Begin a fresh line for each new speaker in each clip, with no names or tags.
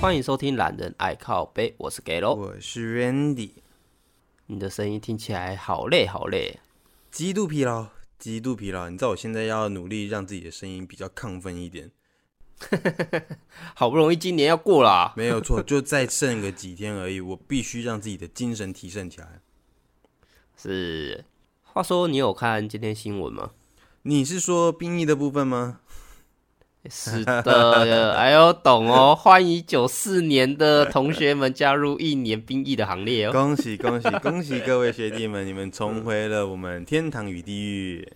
欢迎收听《懒人爱靠背》，我是 Gelo。
我是 Randy，
你的声音听起来好累好累，
极度疲劳，极度疲劳。你知道我现在要努力让自己的声音比较亢奋一点，
好不容易今年要过了啊，
没有 错，就再剩个几天而已，我必须让自己的精神提升起来。
是。话说，你有看今天新闻吗？
你是说兵役的部分吗？
是 的，哎呦，懂哦。欢迎九四年的同学们加入一年兵役的行列哦。
恭喜恭喜恭喜各位学弟们，你们重回了我们天堂与地狱。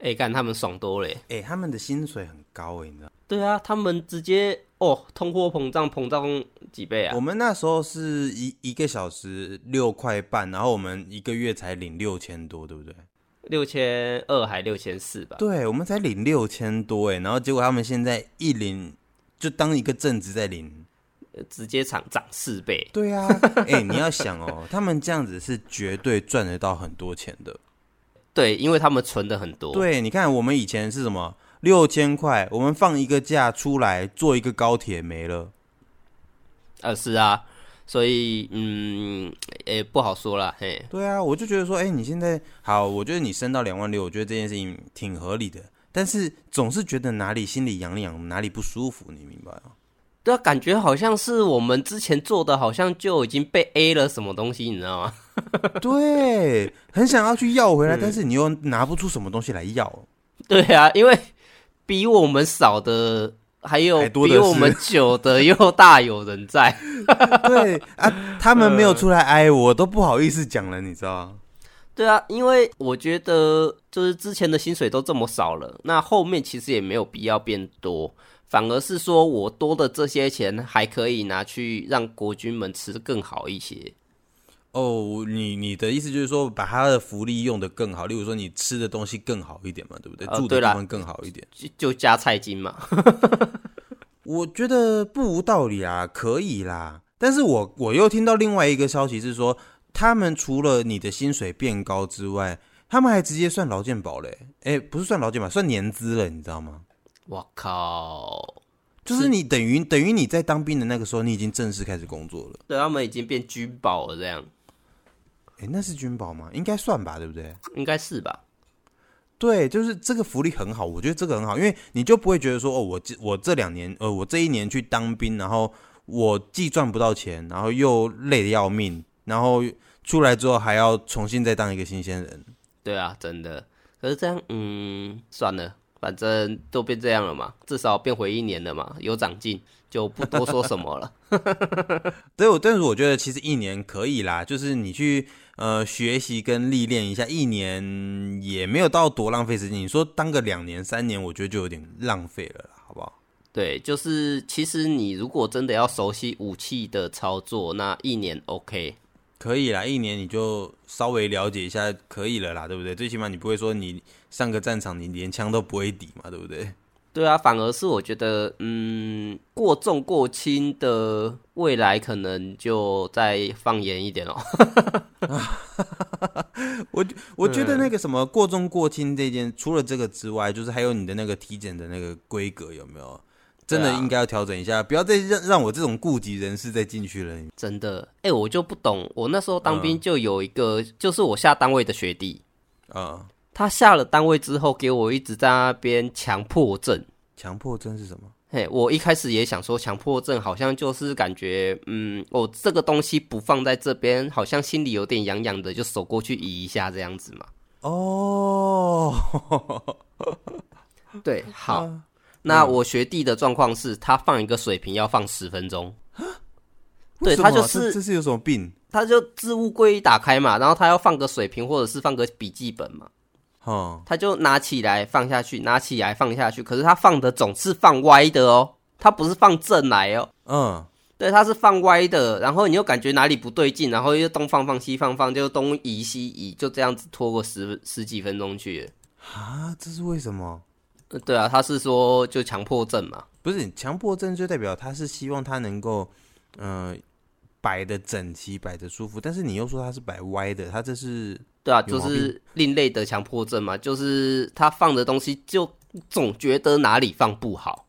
哎、干他们爽多了耶。
哎、他们的薪水很高哎、你知道吗？
对啊，他们直接哦，通货膨胀膨胀几倍啊
哎我？们那时候是一一个小时六块半，然后我们一个月才领六千多，对不对？
六千二还六千四吧？
对，我们才领六千多哎，然后结果他们现在一领就当一个正职在领。
呃直接涨涨四倍。
对 啊，哎、你要想哦，他们这样子是绝对赚得到很多钱的。
对，因为他们存的很多。
对，你看我们以前是什么六千块，我们放一个假出来坐一个高铁没了。
呃，是啊，所以嗯，诶、不好说啦，嘿，
对啊，我就觉得说，哎、你现在好，我觉得你升到两万六，我觉得这件事情挺合理的。但是总是觉得哪里心里痒痒，哪里不舒服，你明白 吗？
对啊，感觉好像是我们之前做的，好像就已经被 A 了什么东西，你知道吗？
对，很想要去要回来，但是你又拿不出什么东西来要。
对啊，因为比我们少的，还有
还多
比
的是
我们久的又大有人在。
对啊，他们没有出来挨我，都不好意思讲了，你知道吗？
对啊，因为我觉得就是之前的薪水都这么少了，那后面其实也没有必要变多，反而是说我多的这些钱还可以拿去让国军们吃更好一些。
哦，你你的意思就是说，把他的福利用的更好，例如说你吃的东西更好一点嘛，对不对？
呃
住
对
的
啦
地方更好一点。
就就加菜金嘛。
我觉得不无道理啊，可以啦。但是我我又听到另外一个消息是说，他们除了你的薪水变高之外，他们还直接算劳健保嘞、哎，不是算劳健保，算年资了，你知道吗？
我靠！
就是你等于等于你在当兵的那个时候，你已经正式开始工作了。
对他们已经变军宝了，这样
哎，那是军保吗？应该算吧，对不对？
应该是吧？
对，就是这个福利很好，我觉得这个很好，因为你就不会觉得说，哦，我这我这两年，呃，我这一年去当兵，然后我既赚不到钱，然后又累得要命，然后出来之后还要重新再当一个新鲜人。
对啊，真的。可是这样，嗯，算了，反正都变这样了嘛，至少变回一年了嘛，有长进，就不多说什么了。
对，我但是我觉得其实一年可以啦，就是你去呃学习跟历练一下，一年也没有到多浪费时间。你说当个两年三年，我觉得就有点浪费了啦，好不好？
对，就是其实你如果真的要熟悉武器的操作，那一年 OK。
可以啦，一年你就稍微了解一下，可以了啦，对不对？最起码你不会说你上个战场你连枪都不会抵嘛，对不对？
对啊，反而是我觉得，嗯，过重过轻的未来可能就再放严一点哦。
我觉得那个什么过重过轻这件，除了这个之外，就是还有你的那个体检的那个规格有没有？真的
对啊
应该要调整一下，不要再让让我这种顾及人士再进去了。
真的，哎、我就不懂，我那时候当兵就有一个，就是我下单位的学弟，
啊、
他下了单位之后，给我一直在那边强迫症。
强迫症是什么？
嘿，我一开始也想说，强迫症好像就是感觉，嗯，我、这个东西不放在这边，好像心里有点痒痒的，就手过去移一下这样子嘛。
哦，
对，好，那我学弟的状况是，他放一个水瓶要放十分钟，对
为什
他就
么这
是
这是有什么病？
他就置物柜一打开嘛，然后他要放个水瓶或者是放个笔记本嘛。
哈、
他就拿起来放下去，拿起来放下去，可是他放的总是放歪的哦，他不是放正来哦，
嗯，
对，他是放歪的，然后你又感觉哪里不对劲，然后又东放放西放放，就东移西移，就这样子拖个十十几分钟去了。
啊，这是为什么？
呃对啊，他是说就强迫症嘛，
不是强迫症，就代表他是希望他能够，呃，摆的整齐，摆的舒服。但是你又说他是摆歪的，他这是
对啊，
有
就
毛病
是另类的强迫症嘛，就是他放的东西就总觉得哪里放不好。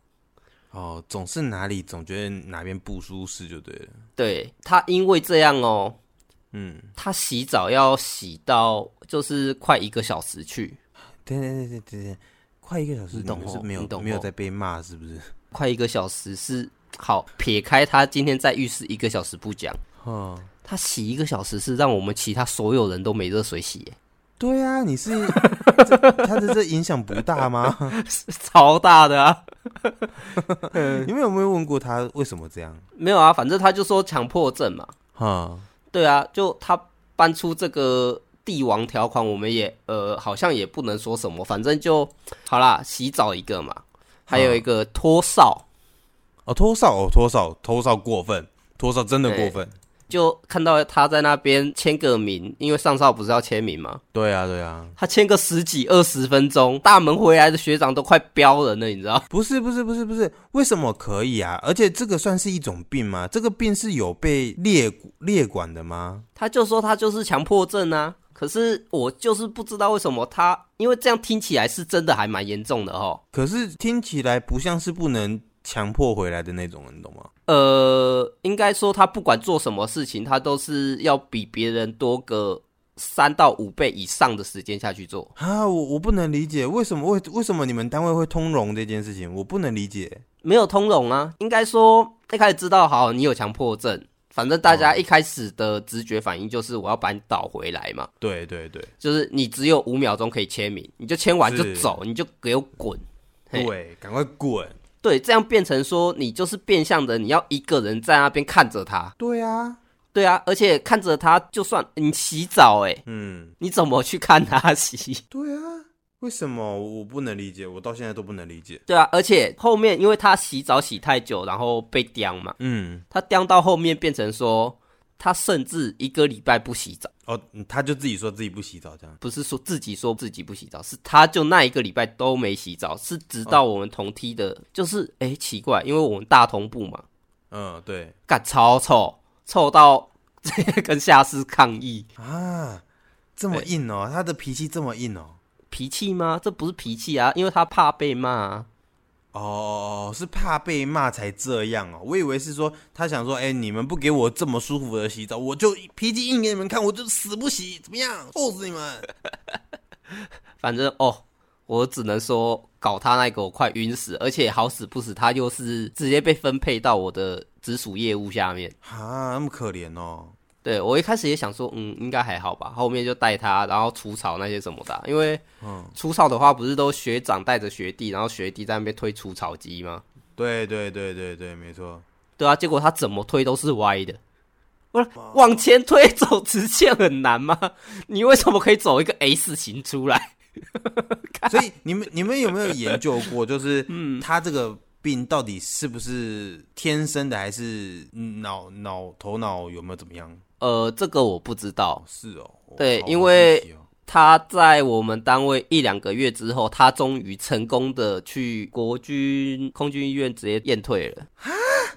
哦，总是哪里总觉得哪边不舒适就对了。
对他因为这样哦，
嗯，
他洗澡要洗到就是快一个小时去，
等等等等等等，快一个小时，
你懂
们是
哦
没有
你懂
没有
哦
在被骂是不是？
快一个小时是好撇开他今天在浴室一个小时不讲，
哦，
他洗一个小时是让我们其他所有人都没热水洗耶，
对啊，你是这他的这影响不大吗？
超大的啊！
你们有没有问过他为什么这样？
没有啊，反正他就说强迫症嘛，
哈，
对啊，就他搬出这个帝王条款，我们也呃好像也不能说什么，反正就好啦，洗澡一个嘛，还有一个脱哨。
哦，脱哨哦，脱哨，脱哨过分，脱哨真的过分。
就看到他在那边签个名，因为上哨不是要签名吗？
对啊，对啊，
他签个十几二十分钟，大门回来的学长都快飙人了，你知道？
不是不是不是不是，为什么可以啊？而且这个算是一种病吗？这个病是有被列列管的吗？
他就说他就是强迫症啊，可是我就是不知道为什么他，因为这样听起来是真的还蛮严重的哦。
可是听起来不像是不能强迫回来的那种，你懂吗？
呃，应该说他不管做什么事情，他都是要比别人多个三到五倍以上的时间下去做。
啊，我我不能理解为什么为为什么你们单位会通融这件事情，我不能理解。
没有通融啊，应该说一开始知道好你有强迫症，反正大家一开始的直觉反应就是我要把你倒回来嘛，
对对对
就是你只有五秒钟可以签名，你就签完就是走，你就给我滚。嘿
对，赶快滚！
对，这样变成说你就是变相的，你要一个人在那边看着他。
对啊，
对啊，而且看着他，就算你洗澡、欸，
嗯，
你怎么去看他洗？
对啊，为什么我不能理解？我到现在都不能理解。
对啊，而且后面因为他洗澡洗太久，然后被刁嘛，
嗯，
他刁到后面变成说，他甚至一个礼拜不洗澡。
哦，他就自己说自己不洗澡这样。
不是说自己说自己不洗澡，是他就那一个礼拜都没洗澡，是直到我们同梯的，就是诶奇怪，因为我们大同部嘛，
嗯，对
干超臭，臭到跟下士抗议
啊，这么
对
硬哦，他的脾气这么硬哦。
脾气吗？这不是脾气啊，因为他怕被骂、啊。
哦，是怕被骂才这样哦。我以为是说他想说，哎、你们不给我这么舒服的洗澡，我就脾气硬给你们看，我就死不洗，怎么样？揍死你们！
反正哦，我只能说搞他那个我快晕死，而且好死不死他又是直接被分配到我的直属业务下面。
啊，那么可怜哦。
对我一开始也想说，嗯，应该还好吧。后面就带他，然后除草那些什么的啊、因为
嗯，
除草的话，不是都学长带着学弟，然后学弟在那边推除草机吗？
对对对对对，没 错。
对啊，结果他怎么推都是歪的。不是往前推走直线很难吗？你为什么可以走一个 S 型出来？
所以你们你们有没有研究过， 就是他这个病到底是不是天生的，还是脑脑头脑有没有怎么样？
呃，这个我不知道。
是哦，
对
好
因为
好神奇哦
他在我们单位一两个月之后，他终于成功的去国军空军医院直接验退了。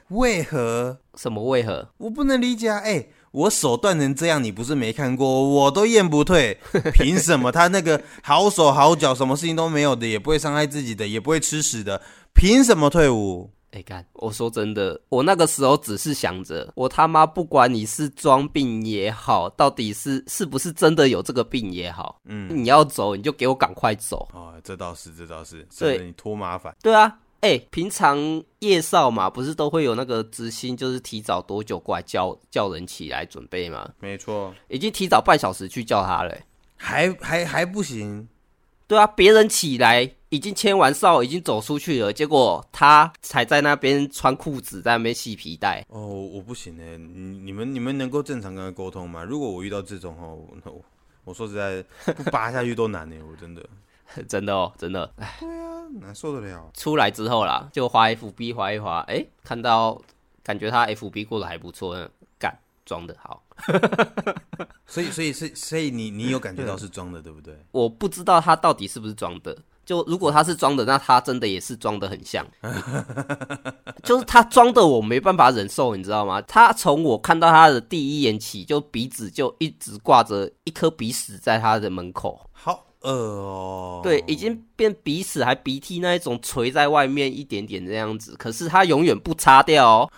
为何
什么为何？
我不能理解啊？哎、我手断成这样，你不是没看过，我都验不 退，凭什么他那个好手好脚，什么事情都没有的，也不会伤害自己的，也不会吃屎的，凭什么退伍？
哎、干！我说真的，我那个时候只是想着，我他妈不管你是装病也好，到底是是不是真的有这个病也好，
嗯，
你要走你就给我赶快走。
哦，这倒是，这倒是，
对
省得你拖麻烦。
对啊，哎、平常夜少嘛，不是都会有那个知心，就是提早多久过来叫叫人起来准备吗？
没错，
已经提早半小时去叫他了、欸
还还还不行，
对啊，别人起来已经签完哨，已经走出去了，结果他才在那边穿裤子，在那边系皮带。
哦，我不行哎，你你们你们能够正常跟他沟通吗？如果我遇到这种哦，我那我我说实在的，不扒下去都难呢，欸我真的
真的哦，真的，
难受得了。
出来之后啦，就滑 FB 滑一滑，哎、看到感觉他 FB 过得还不错，嗯干装的好。
所以所以所以所以你你有感觉到是装的，对不对？
我不知道他到底是不是装的，就如果他是装的，那他真的也是装的很像， 就是他装的我没办法忍受，你知道吗？他从我看到他的第一眼起，就鼻子就一直挂着一颗鼻屎在他的门口，
好饿哦。
对，已经变鼻屎还鼻涕那一种垂在外面一点点这样子，可是他永远不擦掉哦。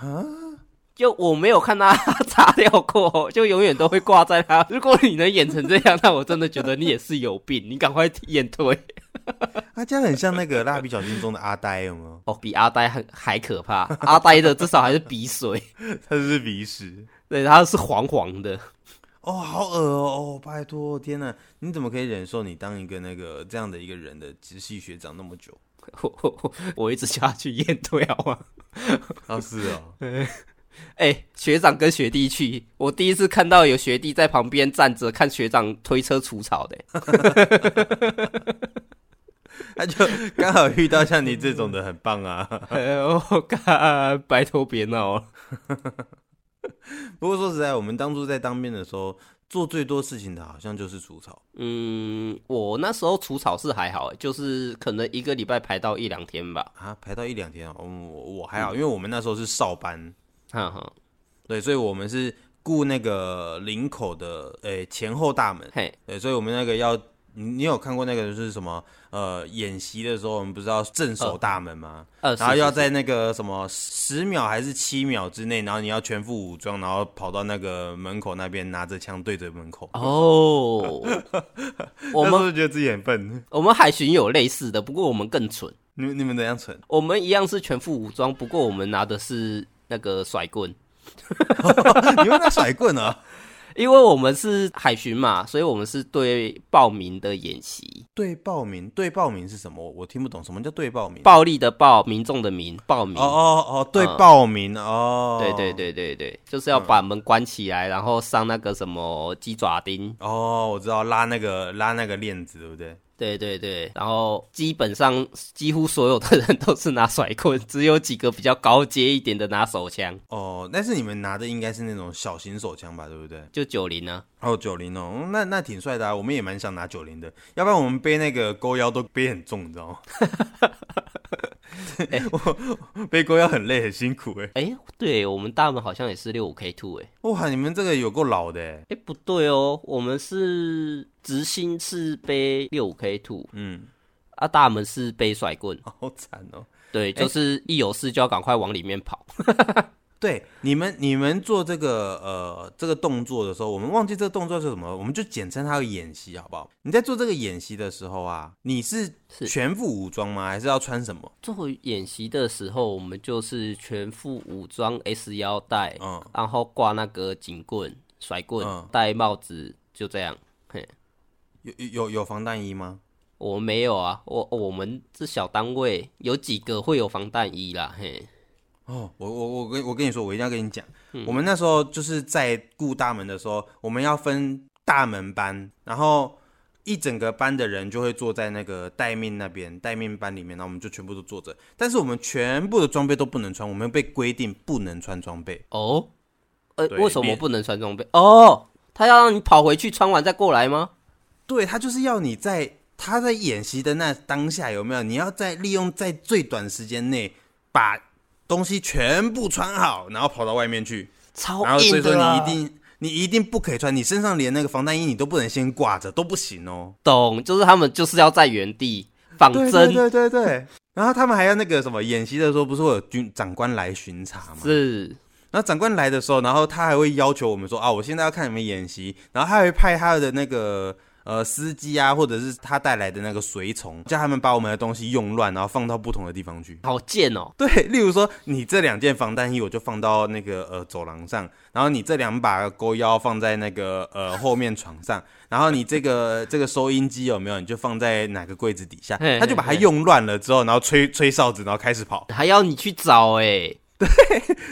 就我没有看他擦掉过，就永远都会挂在他。如果你能演成这样，那我真的觉得你也是有病，你赶快演推。
他这样很像那个蜡笔小新中的阿呆，有没 有？
哦，比阿呆还还可怕。 阿呆的至少还是鼻水，
他是鼻屎。
对，他是黄黄的。
哦，好恶哦！哦，拜托，天哪，你怎么可以忍受你当一个那个这样的一个人的直系学长那么久？
我我我我一直叫他去验退好吗？
啊，是哦，
哎、学长跟学弟去，我第一次看到有学弟在旁边站着看学长推车除草的、
他就刚好遇到像你这种的，很棒啊。
哎我干，拜托别闹啊了。
不过说实在，我们当初在当兵的时候，做最多事情的好像就是除草。
嗯，我那时候除草是还好、就是可能一个礼拜排到一两天吧。
啊，排到一两天啊、哦，嗯我我还好，因为我们那时候是少班，
哈哈，
对，所以我们是雇那个林口的，诶、前后大门，
嘿，
对，所以我们那个要，你你有看过那个就是什么？呃，演习的时候我们不是要镇守大门吗？
呃，
然后
嗯
要
是是
在那个什么十秒还是七秒之内，然后你要全副武装，然后跑到那个门口那边，拿着枪对着门口。
哦，啊我
那时
们
候觉得自己很笨，
我们海巡有类似的，不过我们更蠢。
你们你们怎样蠢？
我们一样是全副武装，不过我们拿的是那个甩棍，
你们拿甩棍啊？
因为我们是海巡嘛，所以我们是对暴民的演习，
对报名，对报名是什么？我我听不懂，什么叫对报名？
暴力的暴，民众的民，暴民。
哦哦哦，对报名哦，
嗯对对。对对对，就是要把门关起来，然后上那个什么鸡爪钉。
哦，我知道拉那个拉那个链子，对不对？
对对对，然后基本上几乎所有的人都是拿甩棍，只有几个比较高阶一点的拿手枪，
哦，但是你们拿的应该是那种小型手枪吧，对不对？
就九零啊。
哦，九零哦，嗯那那挺帅的啊，我们也蛮想拿九零的，要不然我们背那个勾腰都背很重，你知道吗？ 我背勾腰很累，很辛苦哎、
哎，对我们大门好像也是六五 K two 哎。
哇，你们这个有够老的哎、
哎，不对哦，我们是直心是背六五 K two
嗯，
啊，大门是背甩棍。
好惨哦。
对，就是一有事就要赶快往里面跑。
对，你们你们做这个呃这个动作的时候，我们忘记这个动作是什么了，我们就简称它为演习好不好？你在做这个演习的时候啊，你是
是
全副武装吗？还是要穿什么？
做演习的时候，我们就是全副武装，S 腰带，
嗯
然后挂那个警棍、甩棍，
嗯
戴帽子，就这样。嘿，
有有有有防弹衣吗？
我没有啊，我我们这小单位有几个会有防弹衣啦，嘿，
哦，我我我跟我跟你说，我一定要跟你讲，我们那时候就是在顾大门的时候，我们要分大门班，然后一整个班的人就会坐在那个待命那边，待命班里面，然后我们就全部都坐着，但是我们全部的装备都不能穿，我们被规定不能穿装备。
哦，呃，
对
为什么
连
不能穿装备？哦，他要让你跑回去穿完再过来吗？
对他就是要你在他在演习的那当下有没有？你要在利用在最短时间内把东西全部穿好，然后跑到外面去。
超
然后所
硬
以说
的啦，
你一定你一定不可以穿，你身上连那个防弹衣你都不能先挂着，都不行哦。
懂，就是他们就是要在原地仿
对
真，
对对对对。 然后他们还要那个什么演习的时候，不是会有军长官来巡查吗？
是
然后长官来的时候，然后他还会要求我们说啊，我现在要看你们演习，然后他还会派他的那个呃司机啊，或者是他带来的那个随从，叫他们把我们的东西用乱，然后放到不同的地方去。
好贱哦、
对，例如说你这两件防弹衣，我就放到那个呃走廊上，然后你这两把钩腰放在那个呃后面床上，然后你这个这个收音机有没有，你就放在哪个柜子底下
嘿，
他就把它
嘿嘿
用乱了之后，然后吹吹哨子，然后开始跑。
还要你去找哎、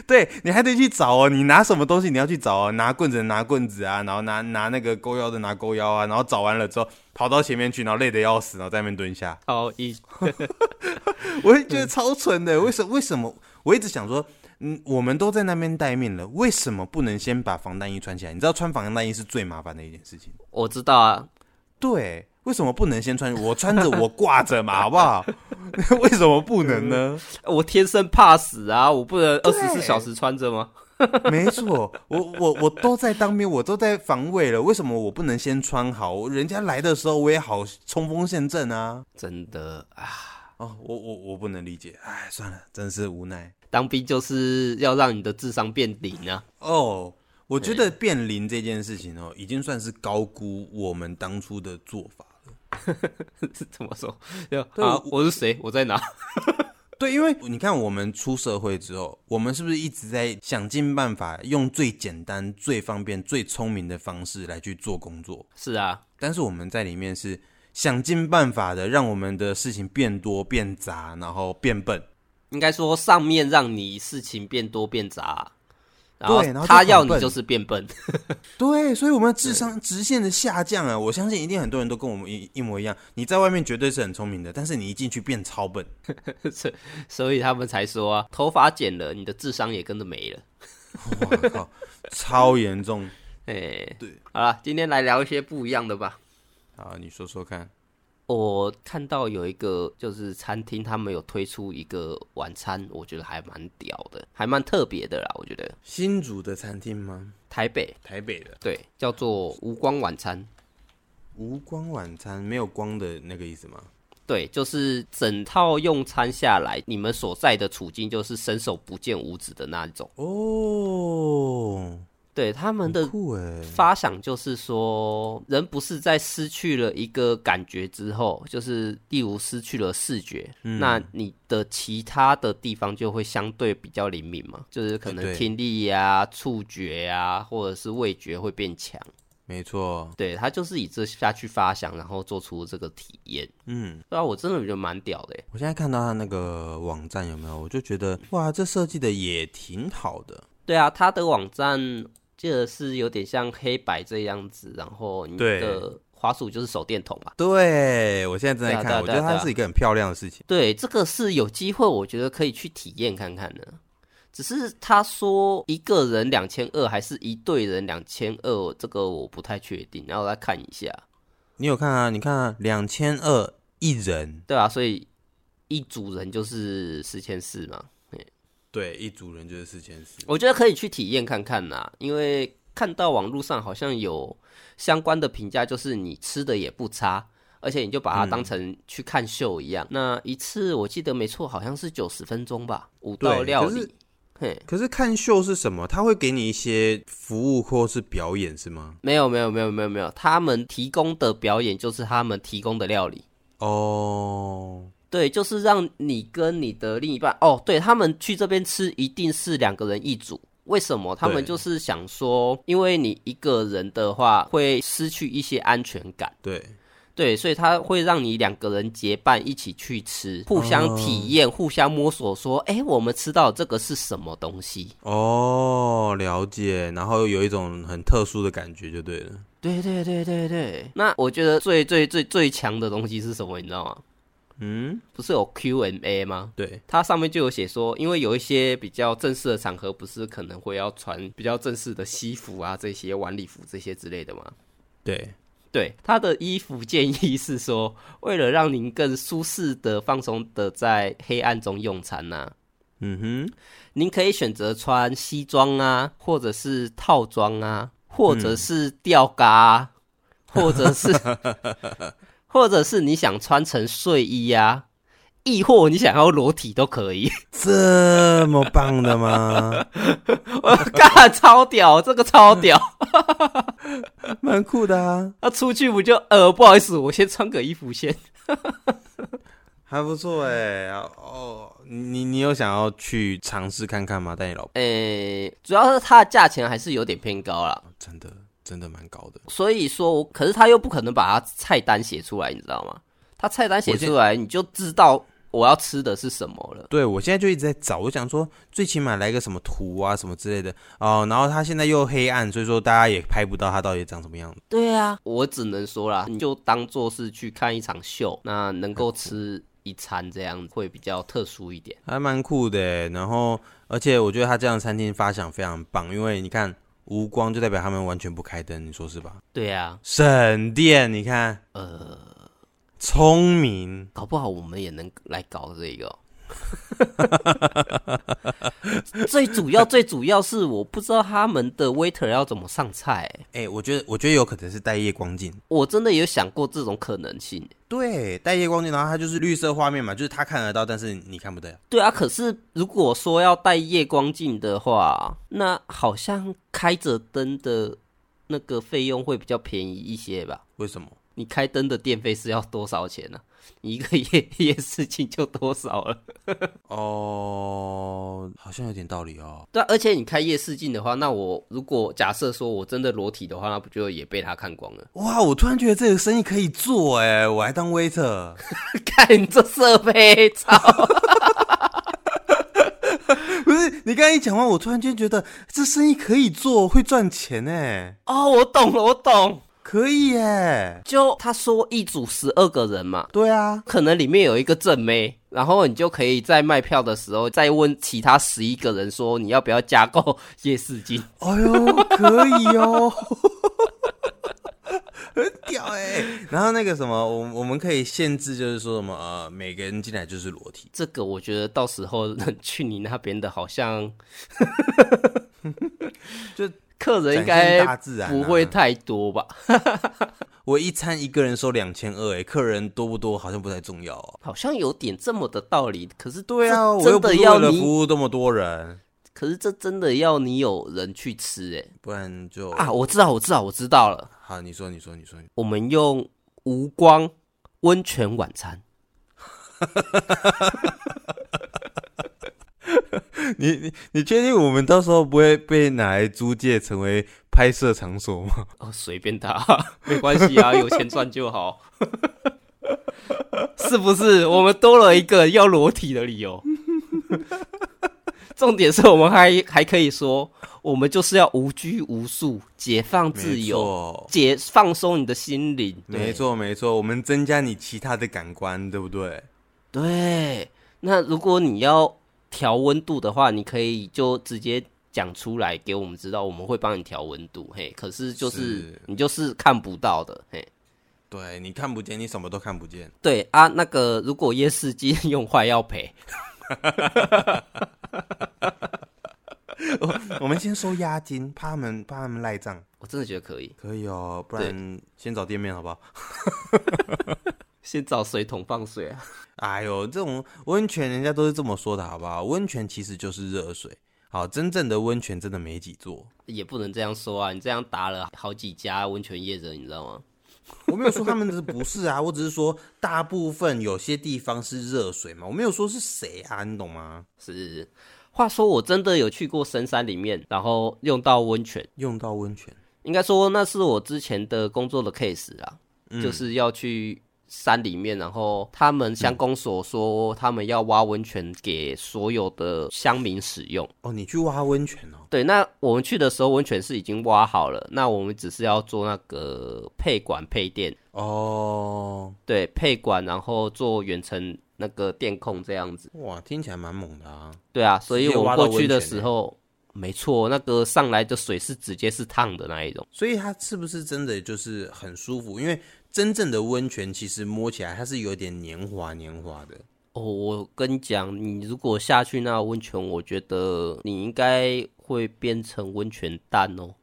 对，你还得去找哦，你拿什么东西你要去找哦，拿棍子的拿棍子啊，然后拿拿那个钩腰的拿钩腰啊，然后找完了之后跑到前面去，然后累得要死，然后在那边蹲下。
超硬。
我也觉得超蠢的，为什为什么？我一直想说，嗯，我们都在那边待命了，为什么不能先把防弹衣穿起来？你知道穿防弹衣是最麻烦的一件事情，
我知道啊，
对，为什么不能先穿？我穿着，我挂着嘛，好不好？ 为什么不能呢？
我天生怕死啊，我不能二
对
十四小时穿着吗？
没错，我我我都在当兵，我都在防卫了，为什么我不能先穿好？人家来的时候我也好冲锋陷阵啊！
真的啊，
哦，我我我不能理解，哎，算了，真是无奈
当兵就是要让你的智商变零啊。
哦。我觉得变零这件事情哦，已经算是高估我们当初的做法了。
怎么说？就啊，我是谁？我在哪？
对，因为你看，我们出社会之后，我们是不是一直在想尽办法，用最简单、最方便、最聪明的方式来去做工作？
是啊，
但是我们在里面是想尽办法的，让我们的事情变多、变杂，然后变笨。
应该说上面让你事情变多变杂，啊然
对然后就
他要
很
你
笨
就是变笨。
对，所以我们的智商直线的下降啊！我相信一定很多人都跟我们一一模一样。你在外面绝对是很聪明的，但是你一进去变超笨。
所以他们才说啊，头发剪了，你的智商也跟着没了。
哇靠，超严重！
哎、
对，
好了，今天来聊一些不一样的吧。
好，啊你说说看。
我看到有一个就是餐厅，他们有推出一个晚餐，我觉得还蛮屌的，还蛮特别的啦。我觉得
新竹的餐厅吗？
台北
台北的
对叫做无光晚餐，
无光晚餐，没有光的那个意思吗？
对，就是整套用餐下来，你们所在的处境就是伸手不见五指的那一种。
哦，
对，他们的
很酷哎！
发想就是说，人不是在失去了一个感觉之后，就是例如失去了视觉，那你的其他的地方就会相对比较灵敏嘛，就是可能
对
听力呀、触觉呀、或者是味觉会变强。
没错，
对他就是以这下去发想，然后做出这个体验。
嗯，
对啊，我真的觉得蛮屌的耶。欸
我现在看到他那个网站有没有，我就觉得哇，这设计的也挺好的。
对啊，他的网站记得是有点像黑白这样子，然后你
对
的滑鼠就是手电筒吧。
对，我现在正在
对啊对啊
看，我觉
对
得
啊
它
对啊
是一个很漂亮的事情。
对，这个是有机会，我觉得可以去体验看看的。只是他说一个人两千二，还是一队人两千二，这个我不太确定，然后再看一下。
你有看啊？你看啊，两千二一人，
对啊，所以一组人就是四千四嘛。
对，一组人就是四千四。
我觉得可以去体验看看啦，因为看到网络上好像有相关的评价，就是你吃的也不差，而且你就把它
嗯
当成去看秀一样。那一次我记得没错，好像是九十分钟吧，五道
对
料
可是
理。嘿，
可是看秀是什么？他会给你一些服务或是表演是吗？
没有没有没有没有没有，他们提供的表演就是他们提供的料理。
哦，
对，就是让你跟你的另一半哦，对他们去这边吃一定是两个人一组。为什么？他们
对
就是想说，因为你一个人的话会失去一些安全感，
对，
对，所以他会让你两个人结伴一起去吃，互相体验，互相摸索，说，哎，我们吃到这个是什么东西？
哦，了解。然后有一种很特殊的感觉就对了。
对对对对对。那我觉得最最最最强的东西是什么？你知道吗？
嗯，
不是有 Q&A 吗？
对，
它上面就有写说，因为有一些比较正式的场合，不是可能会要穿比较正式的西服啊，这些晚礼服这些之类的嘛。
对，
对，他的衣服建议是说，为了让您更舒适的、放松的在黑暗中用餐呐、啊
嗯
您可以选择穿西装啊，或者是套装啊，或者是吊嘎、啊，或者是或者是你想穿成睡衣啊，亦或你想要裸体都可以。
哼，这么棒的吗？
我干，超屌，这个超屌！
蛮酷的啊，
那、出去不就呃，不好意思，我先穿个衣服先。
还不错哎、啊哦，你你有想要去尝试看看吗？带你老婆，
诶、主要是它的价钱还是有点偏高啦，
真的真的蛮高的。
所以说我，可是他又不可能把它菜单写出来，你知道吗？他菜单写出来，你就知道我要吃的是什么了。
对，我现在就一直在找，我想说最起码来个什么图啊什么之类的哦。然后它现在又黑暗，所以说大家也拍不到它到底长什么样子。
对啊，我只能说啦，你就当做是去看一场秀，那能够吃一餐这样会比较特殊一点。
还蛮酷的欸，然后而且我觉得他这样的餐厅发想非常棒，因为你看无光就代表他们完全不开灯，你说是吧？
对啊，
省电，你看，呃，聪明，
搞不好我们也能来搞这个哦、 最主要最主要是我不知道他们的 waiter 要怎么上菜、欸
哎、我觉得我觉得有可能是带夜光镜。
我真的有想过这种可能性。欸
对，带夜光镜，然后它就是绿色画面嘛，就是他看得到，但是你看不到。
对啊，可是如果说要带夜光镜的话，那好像开着灯的那个费用会比较便宜一些吧？
为什么？
你开灯的电费是要多少钱呢、你一个夜夜视镜就多少了？
哦，好像有点道理哦。
对啊、而且你开夜视镜的话，那我如果假设说我真的裸体的话，那不就也被他看光了？
哇，我突然觉得这个生意可以做哎、我还当 waiter。
看你这设备，操！
不是，你刚才一讲完，我突然间觉得这生意可以做，会赚钱哎、
哦，我懂了，我懂。
可以哎、
就他说一组十二个人嘛，
对啊，
可能里面有一个正妹，然后你就可以在卖票的时候再问其他十一个人说你要不要加购夜视镜。
哎呦，可以哦， 很屌哎、然后那个什么，我我们可以限制，就是说什么呃，每个人进来就是裸体。
这个我觉得到时候 去你那边的，好像
就
客人应
展
该
现大自然啊
不会太多吧？
我一餐一个人收两千二哎，客人多不多好像不太重要哦。
好像有点这么的道理。可是
对啊，
这
我又
真
不
的
是
要
为了
你，
服务这么多人，
可是这真的要你有人去吃诶、
不然就
啊，我知道，我知道，我知道了。
好，你说，你说，你说，
我们用无光温泉晚餐。
你你你确定我们到时候不会被拿来租借成为拍摄场所吗？
哦，随便他，没关系啊，有钱赚就好， 是不是？我们多了一个要裸体的理由。重点是我们还还可以说，我们就是要无拘无束，解放自由，
由，
解放松你的心灵。
没错没错，我们增加你其他的感官，对不对？
对，对。那如果你要调温度的话，你可以就直接讲出来给我们知道，我们会帮你调温度。嘿，可是就是
是
你就是看不到的。嘿，
对你看不见，你什么都看不见。
对啊，那个如果夜视机用坏要赔，
我们先收押金，怕他们怕他们赖账，
我真的觉得可以。
可以哦，不然先找店面好不好？
先找水桶放水啊！
哎呦，这种温泉人家都是这么说的，好不好？温泉其实就是热水，好，真正的温泉真的没几座。
也不能这样说啊，你这样打了好几家温泉业者，你知道吗？
我没有说他们的不是啊，我只是说大部分有些地方是热水嘛，我没有说是谁啊，你懂吗？
是。话说我真的有去过深山里面，然后用到温泉，
用到温泉，
应该说那是我之前的工作的 case 啊，
嗯
就是要去山里面，然后他们乡公所说他们要挖温泉给所有的乡民使用。
哦，你去挖温泉哦，
对，那我们去的时候温泉是已经挖好了，那我们只是要做那个配管配电，
哦，
对，配管，然后做远程那个电控这样子。
哇，听起来蛮猛的啊，
对啊，所以
直接
我
挖
们
到
过去的
温泉欸
时候，没错，那个上来的水是直接是烫的那一种。
所以它是不是真的就是很舒服？因为真正的温泉其实摸起来它是有点黏滑黏滑的，
哦，我跟你讲，你如果下去那温泉，我觉得你应该会变成温泉蛋哦。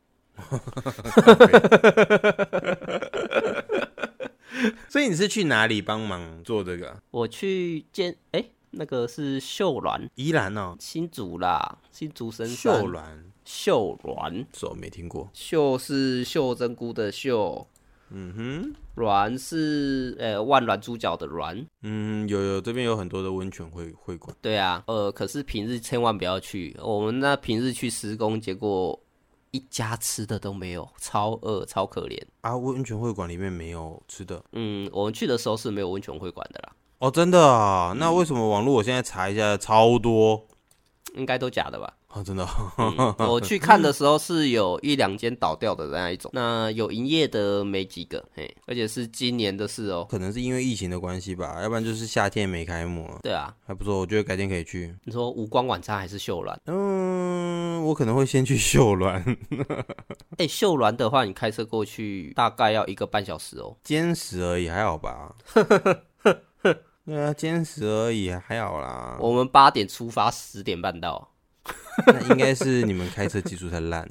所以你是去哪里帮忙做这个？
我去见，哎、那个是秀兰，
宜兰哦，
新竹啦，新竹深山。
秀兰，
秀兰，
这我哦没听过。
秀是袖珍菇的袖，
嗯哼，
卵是呃万卵猪脚的卵。
嗯，有有，这边有很多的温泉会会馆。
对啊，呃，可是平日千万不要去。我们那平日去施工，结果一家吃的都没有，超饿，超可怜。
啊，温泉会馆里面没有吃的
嗯，我们去的时候是没有温泉会馆的啦，
哦，真的啊？那为什么网络我现在查一下超多
应该都假的吧？
啊？真的啊、
嗯我去看的时候是有一两间倒掉的那一种，那有营业的没几个，嘿，而且是今年的事哦。
可能是因为疫情的关系吧，要不然就是夏天没开幕啊，
对啊，
还不错，我觉得改天可以去。
你说无光晚餐还是秀兰？
嗯，我可能会先去秀峦，
哎、秀兰的话，你开车过去大概要一个半小时哦。
坚持而已，还好吧？ 对啊，今天十而已，还好啦。
我们八点出发，十点半到。
那应该是你们开车技术太烂。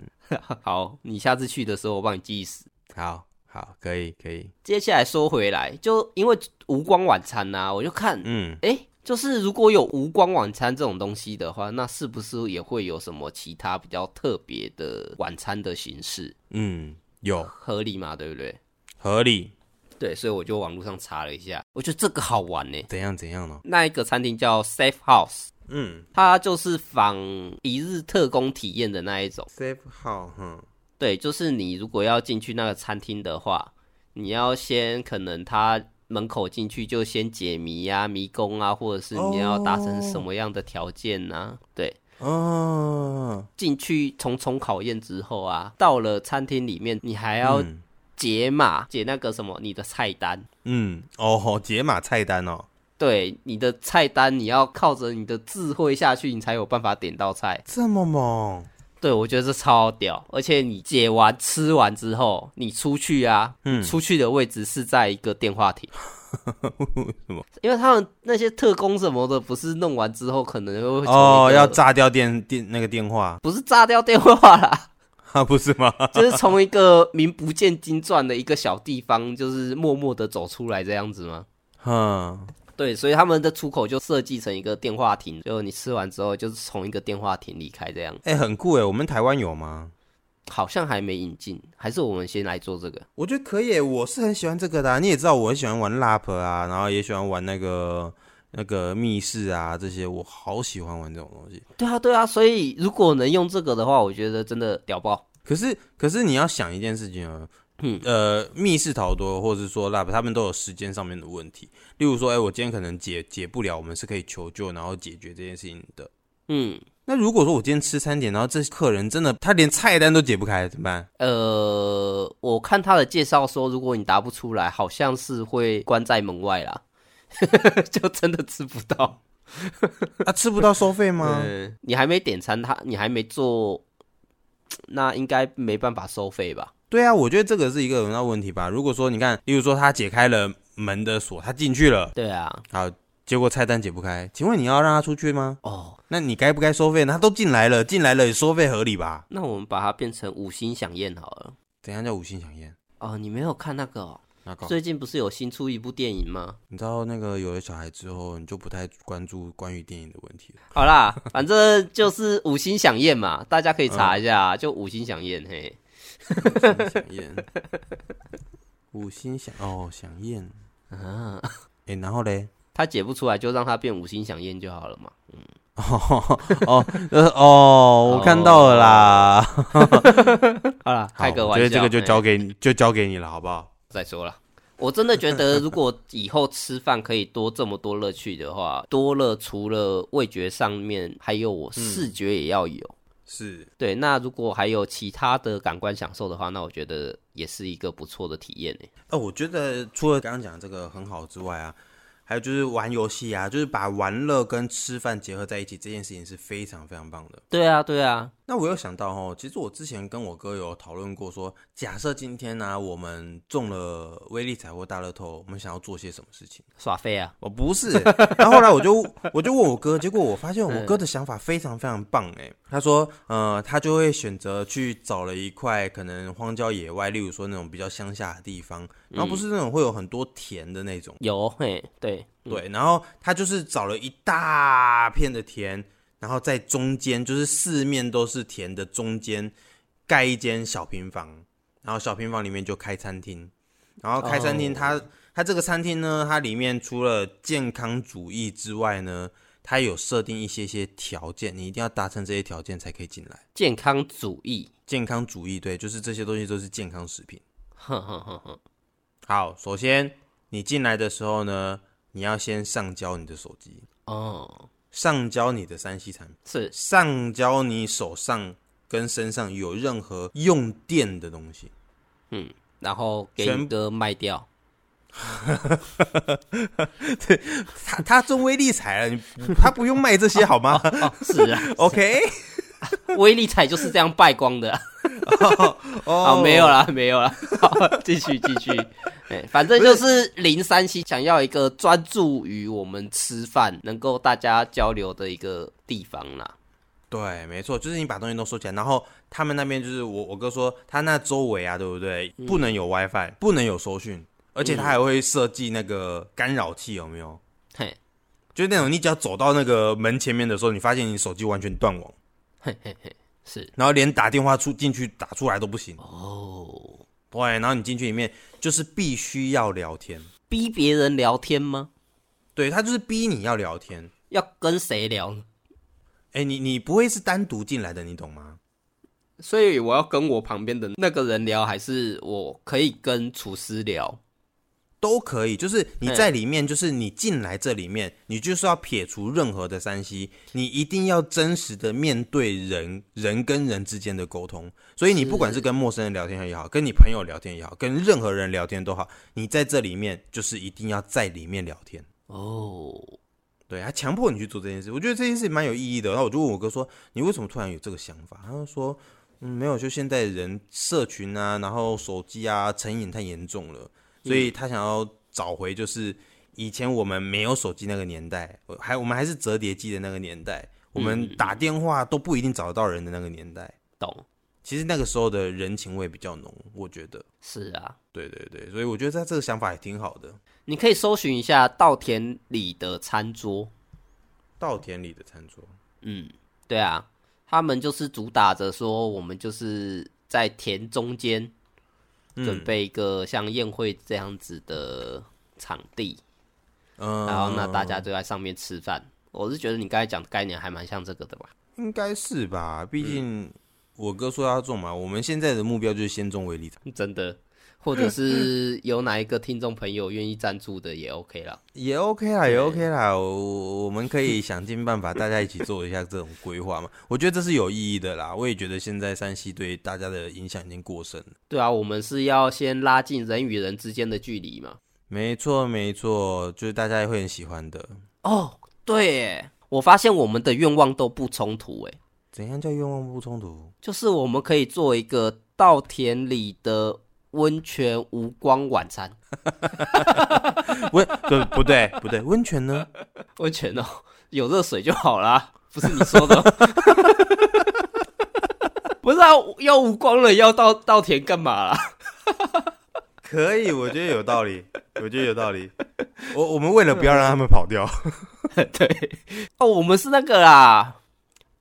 好，你下次去的时候我帮你记死。
好，好，可以，可以。
接下来说回来，就因为无光晚餐呐、我就看，
嗯，
哎、就是如果有无光晚餐这种东西的话，那是不是也会有什么其他比较特别的晚餐的形式？哦
嗯，有
合理嘛，对不对？
合理，
对，所以我就网络上查了一下，我觉得这个好玩呢、
怎样怎样呢？
那一个餐厅叫 Safe House，
嗯
它就是仿一日特工体验的那一种。
，safe 号，哼，
对，就是你如果要进去那个餐厅的话，你要先可能他门口进去就先解谜呀、迷宫啊，或者是你要达成什么样的条件呐、对，
哦，
进去重重考验之后啊，到了餐厅里面，你还要
嗯
解码、解那个什么你的菜单。
嗯，哦吼，解码菜单哦，
对你的菜单，你要靠着你的智慧下去，你才有办法点到菜。
这么猛，
对，我觉得这超屌，而且你解完吃完之后，你出去啊，
嗯
出去的位置是在一个电话 亭，
什么？
因为他们那些特工什么的，不是弄完之后可能会从
哦，
一个
要，炸掉电电那个电话
不是炸掉电话啦，
啊，不是 吗？
就是从一个名不见经传的一个小地方，就是默默的走出来这样子吗？
哼，
对，所以他们的出口就设计成一个电话亭，就你吃完之后就是从一个电话亭离开这样，
哎、很酷哎，我们台湾有吗？
好像还没引进，还是我们先来做这个。
我觉得可以耶，我是很喜欢这个的啊、你也知道，我很喜欢玩 LAP 啊，然后也喜欢玩那个那个密室啊，这些我好喜欢玩这种东西。
对啊，对啊，所以如果能用这个的话，我觉得真的屌爆。
可是，可是你要想一件事情啊，
嗯
呃，密室逃脱或者是说 lab，他们都有时间上面的问题。例如说，哎、我今天可能解解不了，我们是可以求救，然后解决这件事情的。
嗯，
那如果说我今天吃餐点，然后这客人真的他连菜单都解不开，怎么办？
呃，我看他的介绍说，如果你答不出来，好像是会关在门外啦， 就真的吃不到。
啊，吃不到收费 吗？
嗯，你还没点餐，他你还没做，那应该没办法收费吧？
对啊，我觉得这个是一个很大问题吧。如果说你看，例如说他解开了门的锁，他进去了，
对啊，
好，结果菜单解不开，请问你要让他出去吗？
哦，
那你该不该收费呢？他都进来了，进来了也收费合理吧？
那我们把它变成五星响宴好了。
怎样叫五星响宴？
哦，你没有看那个、哦？
那搞
最近不是有新出一部电影吗？
你知道那个有了小孩之后，你就不太关注关于电影的问题了。
好啦， 反正就是五星响宴嘛，大家可以查一下啊，就五星响宴。嘿，
五星响宴，五星响哦，响宴
啊，
哎、然后嘞，
他解不出来就让他变五星响宴就好了嘛。
哦哦呃 哦，我看到了啦。
好啦，开个
好我
玩
觉
笑，
得哦这个哎就
嘿
交给你，就交给你了，好不好？
再说了。我真的觉得，如果以后吃饭可以多这么多乐趣的话，多了除了味觉上面，还有我视觉也要有。
是，
嗯对，那如果还有其他的感官享受的话，那我觉得也是一个不错的体验欸诶。
呃，我觉得除了刚刚讲这个很好之外啊，还有就是玩游戏啊，就是把玩乐跟吃饭结合在一起，这件事情是非常非常棒的。
对啊，对啊，
那我有想到哦，其实我之前跟我哥有讨论过说假设今天呢、我们中了威力彩或大乐透，我们想要做些什么事情？
耍废啊，
我不是，然后后来我就我就问我哥，结果我发现我哥的想法非常非常棒哎，他说，呃，他就会选择去找了一块可能荒郊野外，例如说那种比较乡下的地方，然后不是那种会有很多田的那种，
有嘿，对，嗯
对，然后他就是找了一大片的田，然后在中间就是四面都是田的中间盖一间小平房，然后小平房里面就开餐厅，然后开餐厅
哦
它、它这个餐厅呢，它里面除了健康主义之外呢，它有设定一些些条件，你一定要达成这些条件才可以进来。
健康主义，
健康主义对，就是这些东西都是健康食品。
哼哼哼哼。
好，首先你进来的时候呢，你要先上交你的手机。
哦，
上交你的三 C 产品，
是
上交你手上跟身上有任何用电的东西。
然后给
全
你哥卖 掉。
他他中威力彩了，你他不用卖这些好吗
哦，是啊
，OK，
威力彩就是这样败光的啊！
哦
啊没有啦， 没有啦，好，继续继续。哎、反正就是零三七想要一个专注于我们吃饭，能够大家交流的一个地方啦。
对，没错，就是你把东西都收起来，然后他们那边就是我我哥说他那周围啊，对不对？
嗯
不能有 WiFi，不能有收讯，而且他还会设计那个干扰器，有没有？
嘿，
就是那种你只要走到那个门前面的时候，你发现你手机完全断网，
嘿嘿嘿，是
然后连打电话出进去打出来都不行。
哦，
对，然后你进去里面就是必须要聊天，
逼别人聊天吗？
对他就是逼你要聊天。
要跟谁聊呢？
哎，你你不会是单独进来的，你懂吗？
所以我要跟我旁边的那个人聊，还是我可以跟厨师聊？
都可以，就是你在里面，就是你进来这里面，你就是要撇除任何的山西，你一定要真实的面对人，人跟人之间的沟通。所以你不管是跟陌生人聊天也好，跟你朋友聊天也好，跟任何人聊天都好，你在这里面就是一定要在里面聊天。
哦，
对他强迫你去做这件事，我觉得这件事蛮有意义的。然后我就问我哥说：“你为什么突然有这个想法？”他就说：“嗯，没有，就现在人社群啊，然后手机啊，成瘾太严重了，所
嗯
以他想要找回就是以前我们没有手机那个年代，呃还我们还是折叠机的那个年代，我
嗯
们打电话都不一定找得到人的那个年代。
懂，
其实那个时候的人情味比较浓，我觉得。
是啊。
对对对，所以我觉得他这个想法也挺好的。
你可以搜寻一下稻田里的餐桌，
稻田里的餐桌，
嗯，对啊，他们就是主打着说，我们就是在田中间准备一个像宴会这样子的场地，
嗯，
然后那大家就在上面吃饭。我是觉得你刚才讲的概念还蛮像这个的吧？
应该是吧，毕竟我哥说要中嘛，我们现在的目标就是先中为例子，
真的，或者 是有哪一个听众朋友愿意赞助的也 OK 啦。
也 OK 啦，也 OK 啦，我我们可以想尽办法，大家一起做一下这种规划嘛，我觉得这是有意义的啦。我也觉得现在山西对大家的影响已经过剩了，
对啊，我们是要先拉近人与人之间的距离嘛。
没错没错，就是大家也会很喜欢的。
哦，对耶，我发现我们的愿望都不冲突，诶，
怎样叫愿望不冲突？
就是我们可以做一个稻田里的温泉无光晚餐，
温对不对不对，温泉呢？
温泉哦， 有热水就好啦，不是你说的吗。 不是啊，要无光了，要到稻田干嘛啦？
可以，我觉得有道理，我觉得有道理。我我们为了不要让他们跑掉，
对，哦，我们是那个啦，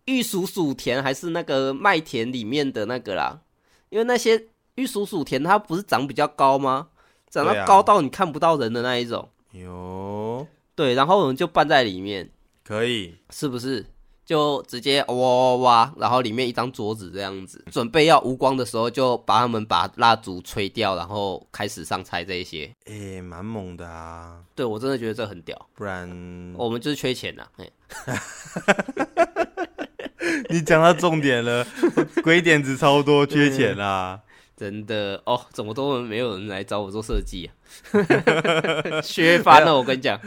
玉蜀黍田还是那个麦田里面的那个啦，因为那些玉蜀黍田它不是长比较高吗？长
对
到
啊
高到你看不到人的那一种。
哟，
对，然后我们就拌在里面，
可以。
是不是？就直接哇哇哇，然后里面一张桌子这样子，准备要无光的时候，就把他们把蜡烛吹掉，然后开始上菜这一些。
诶，蛮猛的啊，
对我真的觉得这很屌，
不然哦
我们就是缺钱呐、哎嘿
你讲到重点了，鬼点子超多，缺钱啊啦。
真的哦，怎么都没有人来找我做设计啊？削翻了，我跟你讲，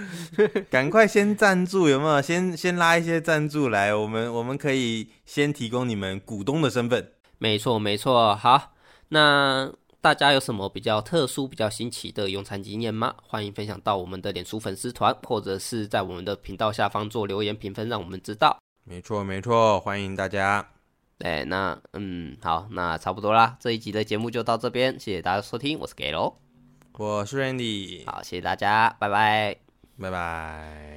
赶快先赞助，有没有？先先拉一些赞助来，我们我们可以先提供你们股东的身份。
没错没错。好，那大家有什么比较特殊、比较新奇的用餐经验吗？欢迎分享到我们的脸书粉丝团，或者是在我们的频道下方做留言评分，让我们知道。
没错没错，欢迎大家。
哎，那嗯，好，那差不多啦，这一集的节目就到这边，谢谢大家收听，我是 Gelo，
我是 Randy，
好，谢谢大家，拜拜。
拜拜。